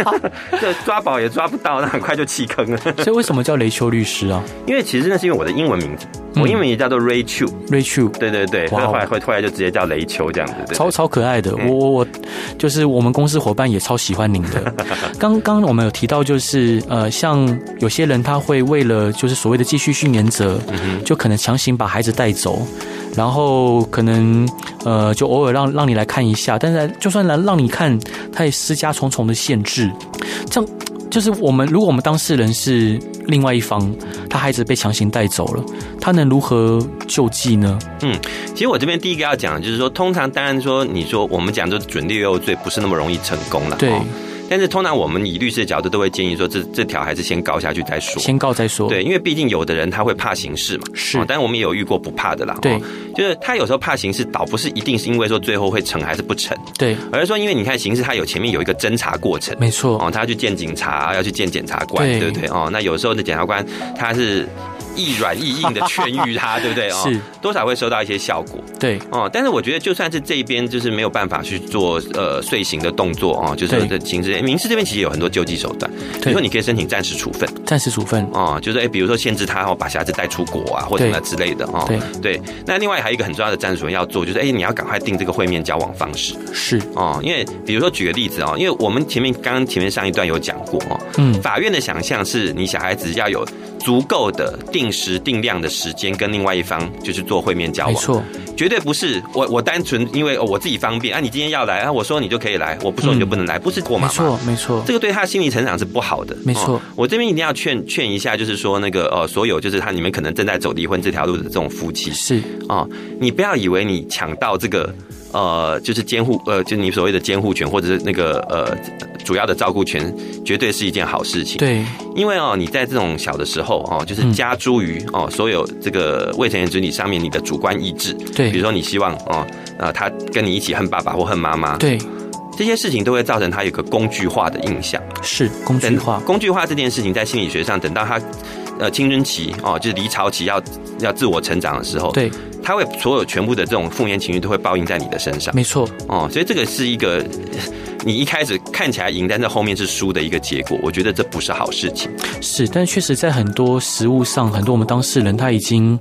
就抓宝也抓不到，那很快就弃坑了。
所以为什么叫雷秋律师啊
因为其实那是因为我的英文名字，我英文名叫做 Ray Chu，
r a c h e
对对对，
嗯
所
哇
以
哦
后来会后来就直接叫雷秋这样子。对嗯
超超可爱的，我我我，就是我们公司伙伴也超喜欢您 的。刚刚我们有提到，就是呃，像有些人他会为了就是所谓的继续训练者，
嗯
就可能强行把孩子带走，然后可能呃，就偶尔让让你来看一下，但是就算来让你看，他也施加重重的限制，这样。就是我们，如果我们当事人是另外一方，他孩子被强行带走了，他能如何救济呢？
其实我这边第一个要讲的就是说，通常当然说，你说我们讲说准略幼罪不是那么容易成功了，
对，
哦但是通常我们以律师的角度都会建议说这，这条还是先告下去再说。
先告再说。
对，因为毕竟有的人他会怕刑事嘛，哦
是
但我们也有遇过不怕的啦。
对
哦，就是他有时候怕刑事，倒不是一定是因为说最后会成还是不成，
对，
而是说因为你看刑事他有前面有一个侦查过程。
没错。
哦，他要去见警察，要去见检察官，
对
对不对？哦，那有时候的检察官他是一软一硬的劝喻他，对不对？哦
是，
多少会收到一些效果。
对，
哦，但是我觉得就算是这一边就是没有办法去做呃碎刑的动作哦，就是
对
这刑事民事这边其实有很多救济手段，比
对
如说你可以申请暂时处分
暂时处分，
哦，就是哎、比如说限制他哦把小孩子带出国啊或者
对
什么之类的哦
对，
对。那另外还有一个很重要的暂时处分要做，就是哎、你要赶快定这个会面交往方式
是，
哦，因为比如说举个例子哦，因为我们前面刚刚前面上一段有讲过哦，
嗯，
法院的想象是你小孩子要有足够的定时定量的时间跟另外一方就是做会面交
没
往。
错，
绝对不是我我单纯因为哦我自己方便啊，你今天要来啊，我说你就可以来，我不说你就不能来，不是过
嗯没
妈妈。
错，没错，
这个对他心理成长是不好的，
没错
哦我这边一定要劝劝一下，就是说那个呃，所有就是他你们可能正在走离婚这条路的这种夫妻
是，
哦，你不要以为你抢到这个呃，就是监护呃，就你所谓的监护权或者是那个呃主要的照顾权，绝对是一件好事情。
对，嗯
因为哦，你在这种小的时候哦，就是加诸于哦所有这个未成年子女上面你的主观意志，
对
比如说你希望哦呃他跟你一起恨爸爸或恨妈妈，
对，
这些事情都会造成他有个工具化的印象。
是工具化，
工具化这件事情在心理学上，等到他呃青春期哦，就是离巢期要要自我成长的时候，，
对，
他会所有全部的这种负面情绪都会报应在你的身上
没错，
哦，所以这个是一个。 你一开始看起来赢，但是后面是输的一个结果，我觉得这不是好事情。
是，但确实在很多实物上，很多我们当事人他已经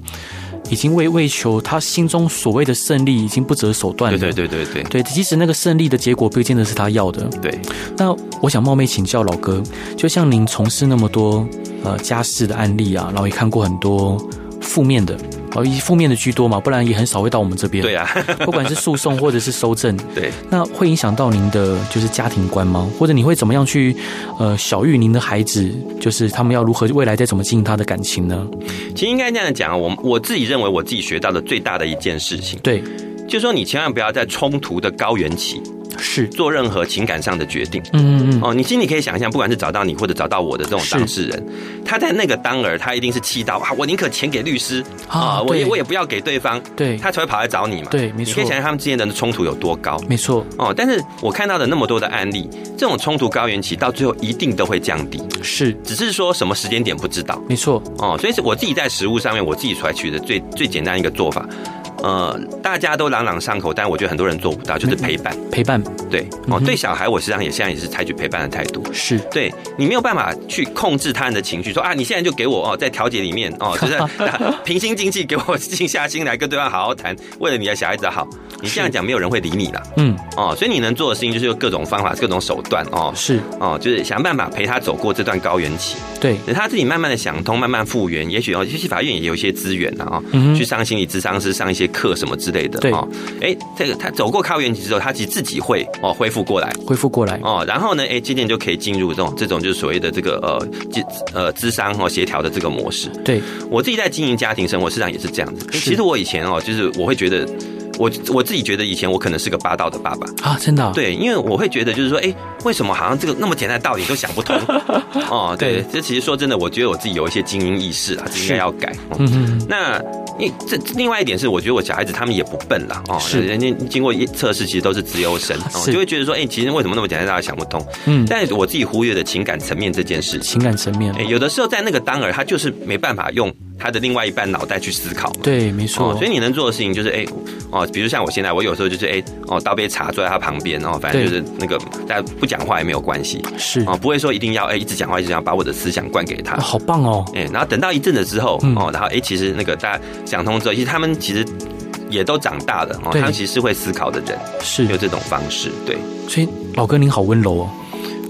已经为为求他心中所谓的胜利，已经不择手段了。
对对对对
对，
对
即使那个胜利的结果不见得是他要的，
对。
那我想冒昧请教老哥，就像您从事那么多呃家事的案例啊，然后也看过很多负面的，哦，以负面的居多嘛，不然也很少会到我们这边。
对啊，
不管是诉讼或者是收证，
对，
那会影响到您的就是家庭观吗？或者你会怎么样去呃小育您的孩子，就是他们要如何未来再怎么经营他的感情呢？
其实应该这样讲，我我自己认为我自己学到的最大的一件事情，
对，
就是说你千万不要在冲突的高原期
是，
做任何情感上的决定。
嗯嗯嗯，
哦，你心里可以想象，不管是找到你或者找到我的这种当事人，他在那个当儿，他一定是气到啊，我宁可钱给律师
啊
啊，我
对
也我也不要给对方，
对，
嗯他才会跑来找你嘛。
对没错
你可以想象他们之间的冲突有多高
没错，
哦。但是我看到的那么多的案例，这种冲突高原期到最后一定都会降低，
是，
只是说什么时间点不知道。
没错，
哦，所以是我自己在食物上面，我自己采取的最最简单一个做法，呃，大家都朗朗上口，但我觉得很多人做不到，就是陪伴。
陪伴
对，
嗯
哦，
哼
对小孩，我实际上也现在也是采取陪伴的态度。
是
对你没有办法去控制他人的情绪，说啊，你现在就给我哦，在调解里面 哦，就是打平心静气，给我静下心来跟对方好好谈，为了你的小孩子好。你这样讲，没有人会理你啦。
嗯
哦，所以你能做的事情就是用各种方法、各种手段哦
是
哦，就是想办法陪他走过这段高原期，
对，
等他自己慢慢的想通，慢慢复原。也许哦，也许法院也有一些资源啊、哦，
嗯
去
哼
上心理咨商师，上一些课什么之类的
对
哦。哎，这个他走过高原期之后，他其实自己会哦恢复过来。
恢复过来
哦，然后呢，哎，渐渐就可以进入这种这种就是所谓的这个呃，咨呃，咨商和协调的这个模式。
对
我自己在经营家庭生活，实际上也是这样子。哎
是
其实我以前哦，就是我会觉得，我我自己觉得以前我可能是个霸道的爸爸，
啊，真的啊
对，因为我会觉得就是说，哎，为什么好像这个那么简单的道理都想 不通？哦，对
对，
这其实说真的，我觉得我自己有一些精英意识啊，这应该
是
要改。哦
嗯哼
那因为这另外一点是，我觉得我小孩子他们也不笨啦，哦，
是
人家经过一测试，其实都是资 优生，哦，
是
就会觉得说，哎、其实为什么那么简单，大家想不通？
嗯
但我自己忽略了情感层面这件事情。
情感层面
哎、有的时候在那个当儿，他就是没办法用他的另外一半脑袋去思考嘛。
对没错
哦，所以你能做的事情就是，哎、哦，比如像我现在，我有时候就是，哎、哦，倒杯茶坐在他旁边，然、哦、后反正
对嗯
就是那个，大家不讲话也没有关系，
是
哦，不会说一定要，哎、一直讲话，一直讲，把我的思想灌给他
啊，好棒哦，
哎、然后等到一阵子之后，
嗯
哦，然后哎、其实那个大家想通之后，其实他们其实也都长大了，哦，
对
他们其实是会思考的人，
是
有这种方式，对，
所以老哥您好温柔哦，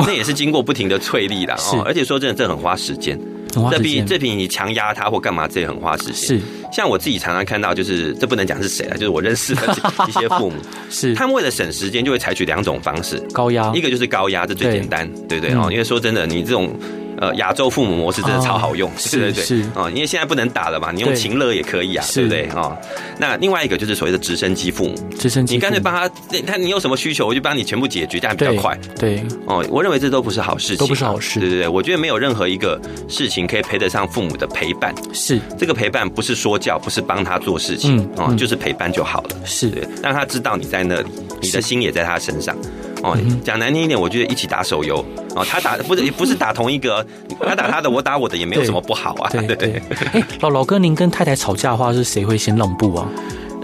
那也是经过不停的淬炼啦，
是
哦，而且说真的，这很花时间，
很花
这
时
比
间
这比你强压他或干嘛，这也很花时间。
是
像我自己常常看到，就是这不能讲是谁啊，就是我认识的 一些父母，
是
他们为了省时间，就会采取两种方式，
高压
一个就是高压，这最
啊对
简单，对不对哦
嗯，
因为说真的，你这种。呃，亚洲父母模式真的超好用，
啊
对对
是
对，
是
哦，因为现在不能打了嘛，你用
对
情乐也可以啊，
是
对不对哦？那另外一个就是所谓的直升机父母，
直升机，
你干脆帮他，他你有什么需求，我就帮你全部解决，这样比较
对
快
对
哦。我认为这都不是好事情啊，
都不是好事
对对对，我觉得没有任何一个事情可以配得上父母的陪伴，
是
这个陪伴不是说教，不是帮他做事情
嗯，
哦，
嗯
就是陪伴就好了。
是
对，让他知道你在那里，你
是
的心也在他身上。哦，
嗯
讲难听一点，我觉得一起打手游哦，他打不是也不是打同一个，他打他的，我打我的，也没有
对
什么不好啊，
对
对
对，哎，老老哥，您跟太太吵架的话，是谁会先让 步啊？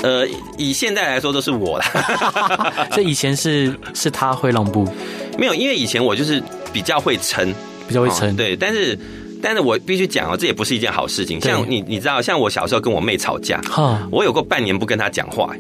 呃，以现在来说都是我啦，
这以前是是他会让步，
没有，因为以前我就是比较会撑，
比较会撑
哦，对，但是。但是我必须讲哦，这也不是一件好事情。
对
像你，你知道，像我小时候跟我妹吵架，
哈，
我有过半年不跟她讲话。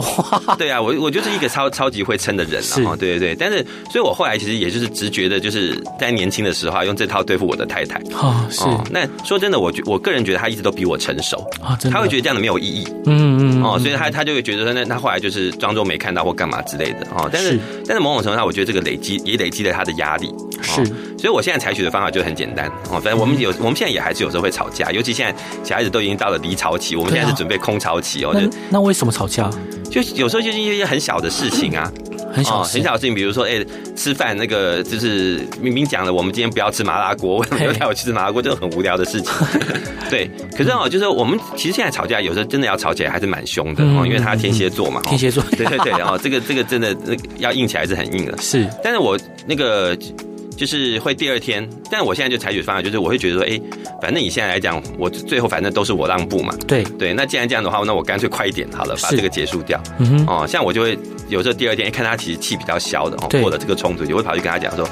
对啊，我我就是一个超超级会撑的人
是
啊。哦对对对，但是，所以我后来其实也就是直觉的，就是在年轻的时候啊，用这套对付我的太太。
哈是
哦，那说真的，我觉我个人觉得他一直都比我成熟，
啊，真的，
他会觉得这样的没有意义
得嗯嗯
哦，
嗯
所以他他就会觉得说，那他后来就是装作没看到或干嘛之类的哦。但是
是
但是某种程度上，我觉得这个累积也累积了他的压力。哦
是嗯
所以我现在采取的方法就很简单哦，反正我们有我们现在也还是有时候会吵架，尤其现在小孩子都已经到了离巢期，我们
对啊
现在是准备空巢期哦，
那那为什么吵架？
就就有时候就是一些很小的事情啊，
嗯很小
哦
事
很小的事情，比如说，哎、吃饭那个就是明明讲了，我们今天不要吃麻辣锅， 为什么又
嘿
带我去吃麻辣锅？这种很无聊 的事情。对，可是哦，就是我们其实现在吵架，有时候真的要吵起来还是蛮凶的哦，
嗯
因为他天蝎座嘛，哦
天蝎座
对对对，哦，这个这个真的那个要硬起来是很硬的。
是
但是我那个就是会第二天，但我现在就采取方法，就是我会觉得说，哎、反正你现在来讲，我最后反正都是我让步嘛。
对，
对，那既然这样的话，那我干脆快一点好了，把
是
这个结束掉。
嗯哼，
哦，像我就会有时候第二天、哎看他其实气比较消的哦，
对
过了这个冲突，就会跑去跟他讲说，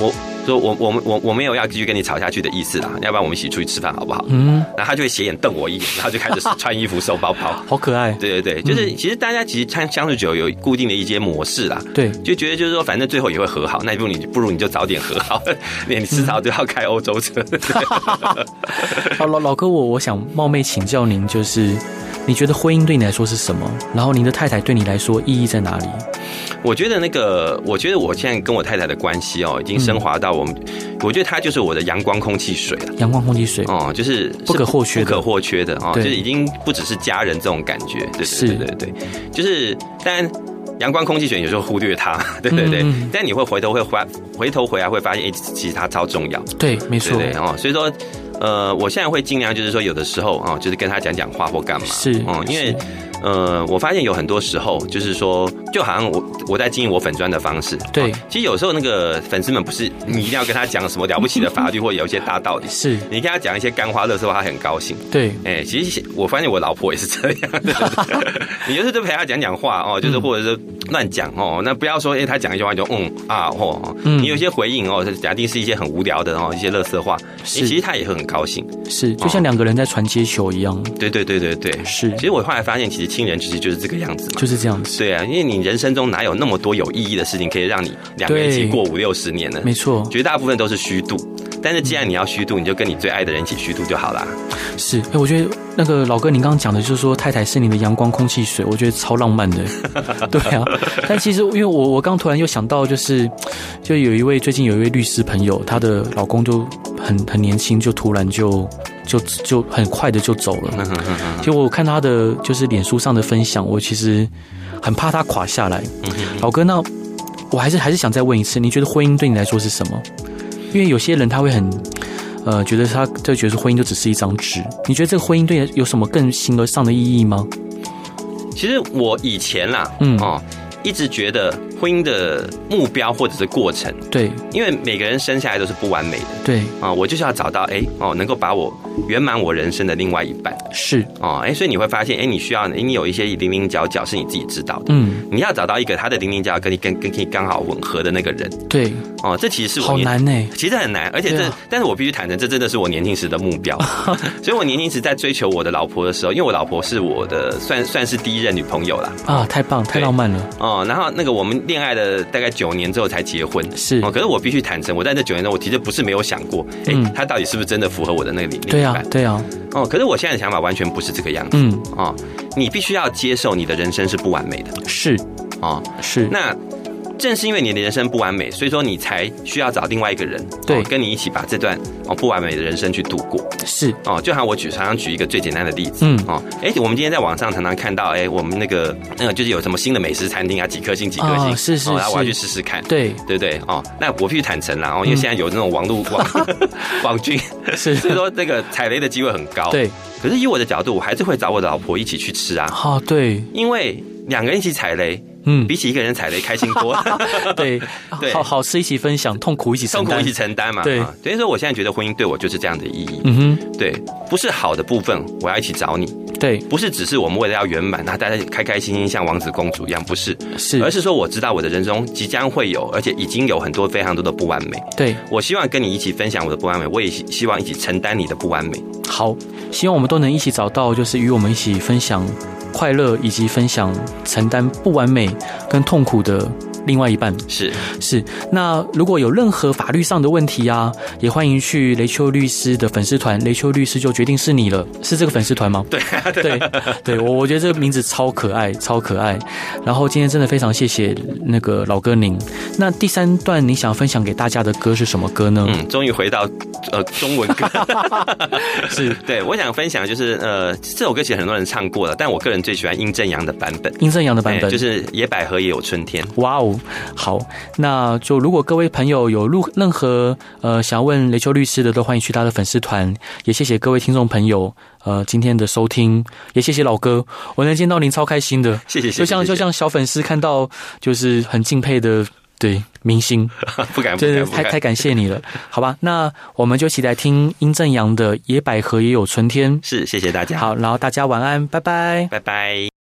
我说我我们我我没有要继续跟你吵下去的意思啦，要不然我们一起出去吃饭好不好？
嗯，
然后他就会斜眼瞪我 一眼，然后就开始穿衣服、收包包。
好可爱，
对对对，就是其实大家其实相相处久有固定的一些模式啦，
对，
就觉得就是说反正最后也会和好，那不如你不如你就早点和好， 你你迟早都要开欧洲车。
哦老老老哥，我我想冒昧请教您，就是你觉得婚姻对你来说是什么？然后您的太太对你来说意义在哪里？
我觉得那个，我觉得我现在跟我太太的关系哦，已经升华到我们，我觉得她就是我的阳光、空气、水了。
阳光、空气、水，
哦，就是是
不可或缺的
不可或缺的哦，就
对
是已经不只是家人这种感觉，对
是
对对对对，就是但阳光、空气、水有时候忽略它， 对对对，
嗯嗯嗯
但你会回头会回回头回来会发现，哎、其实它超重要，
对，没
对
错，
对哦，所以说。呃，我现在会尽量就是说，有的时候哦，就是跟他讲讲话或干嘛，
是
哦，因为
是
呃，我发现有很多时候就是说，就好像我我在经营我粉砖的方式，
对
哦其实有时候那个粉丝们不是你一定要跟他讲什么了不起的法律或有一些大道理，
是，
你跟他讲一些干花乐色话，他很高兴。
对，
哎、其实我发现我老婆也是这样的， 你就是就陪她讲讲话哦，就是或者是乱讲哦，那不要说哎、她讲一句话就嗯啊哦，
嗯
你有些回应哦，假定是一些很无聊的哦，一些乐色话，哎
是
其实她也会很高兴。
是，就像两个人在传接球一样，
对对对对对，
是
其，实我后来发现，其实亲人其实就是这个样子嘛。
就是这样子，
对啊，因为你人生中哪有那么多有意义的事情可以让你两个人一起
对
过五六十年呢？
没错，
绝大部分都是虚度。但是既然你要虚度，你就跟你最爱的人一起虚度就好啦。
是。哎，我觉得那个老哥您刚刚讲的，就是说太太是你的阳光、空气、水，我觉得超浪漫的。 对啊，但其实因为我我刚突然又想到，就是就有一位最近有一位律师朋友，她的老公就很很年轻，就突然就就就很快的就走了。就我看他的就是脸书上的分享，我其实很怕他垮下来。老哥，那我还是还是想再问一次，你觉得婚姻对你来说是什么？因为有些人他会很。呃，觉得他就觉得婚姻就只是一张纸，你觉得这个婚姻对你有什么更形而上的意义吗？
其实我以前啦，
嗯
哦，一直觉得婚姻的目标或者是过程，
对
因为每个人生下来都是不完美的
对，
啊、我就是要找到哎哦，能够把我圆满我人生的另外一半
是，
哦，哎，所以你会发现哎，你需要你有一些零零角角是你自己知道的。
嗯，
你要找到一个他的零零角角跟你跟跟你刚好吻合的那个人
对，
哦，这其实是我
好
年
难欸呢。
其实很难，而且这，
对啊
但是我必须坦诚，这真的是我年轻时的 目标。所以我年轻时在追求我的老婆的时候，因为我老婆是我的算算是第一任女朋友啦，
啊，太棒，太
对
浪漫了，
哦，然后那个我们恋爱了大概九年之后才结婚。
是
哦，，可是我必须坦诚，我在这九年中，我其实不是没有想过，哎、
嗯
他到底是不是真的符合我的那个理念？
对啊，对啊，
哦，可是我现在的想法完全不是这个样子。
嗯，
哦，你必须要接受你的人生是不完美的。
是
哦，
是，
那正是因为你的人生不完美，所以说你才需要找另外一个人，
对
哦跟你一起把这段哦不完美的人生去度过。
是，
哦，就好像我举常常举一个最简单的例子。
嗯，
哦，哎、我们今天在网上常常看到，哎、我们那个那个就是有什么新的美食餐厅啊，几颗星几颗星、
啊是是
哦，然后我要
是
去试试看，
对，嗯
对不对？哦，那我必须坦诚啦，哦，因为现在有那种网络 网网军，
是，
所以说这个踩雷的机会很高。，
对，
可是以我的角度，我还是会找我的老婆一起去吃啊，
啊，对，
因为两个人一起踩雷，
嗯，
比起一个人踩雷开心 多。
对，
对
好好吃一起分享，痛苦一起承
痛苦
担
一起，承担嘛，
对
啊所以说我现在觉得婚姻对我就是这样的意义，
嗯哼，
对，不是好的部分，我要一起找你，
对，
不是只是我们为了要圆满，那大家开开心心像王子公主一样，不是，而
是，
是说我知道我的人生中即将会有，而且已经有很多非常多的不完美。
对，
我希望跟你一起分享我的不完美，我也希希望一起承担你的不完美。
好，希望我们都能一起找到，就是与我们一起分享快乐，以及分享承担不完美跟痛苦的另外一半。
是，
是，那如果有任何法律上的问题啊，也欢迎去雷秋律师的粉丝团，雷秋律师就决定是你了，是这个粉丝团吗？对 对对，我我觉得这个名字超可爱，超可爱。然后今天真的非常谢谢那个老哥您。那第三段你想分享给大家的歌是什么歌呢？
嗯，终于回到呃中文歌。
是
对，我想分享就是呃这首歌其实很多人唱过了，但我个人最喜欢殷正阳的版本，
殷正阳的版
哎
本，
就是野百合也有春天。
哇哦，好，那就如果各位朋友有任任何呃想要问雷秋律师的，都欢迎去他的粉丝团。也谢谢各位听众朋友呃今天的收听，也谢谢老哥，我能见到您超开心的，
谢谢，谢谢
就像
谢谢
就像小粉丝看到就是很敬佩的对明 星，
不敢不
真
敢
的
不
太
敢
太。感谢你了，好吧？那我们就一起来听殷正阳的《野百合也有春天》。
是，谢谢大家，
好，然后大家晚安，拜拜。
拜拜。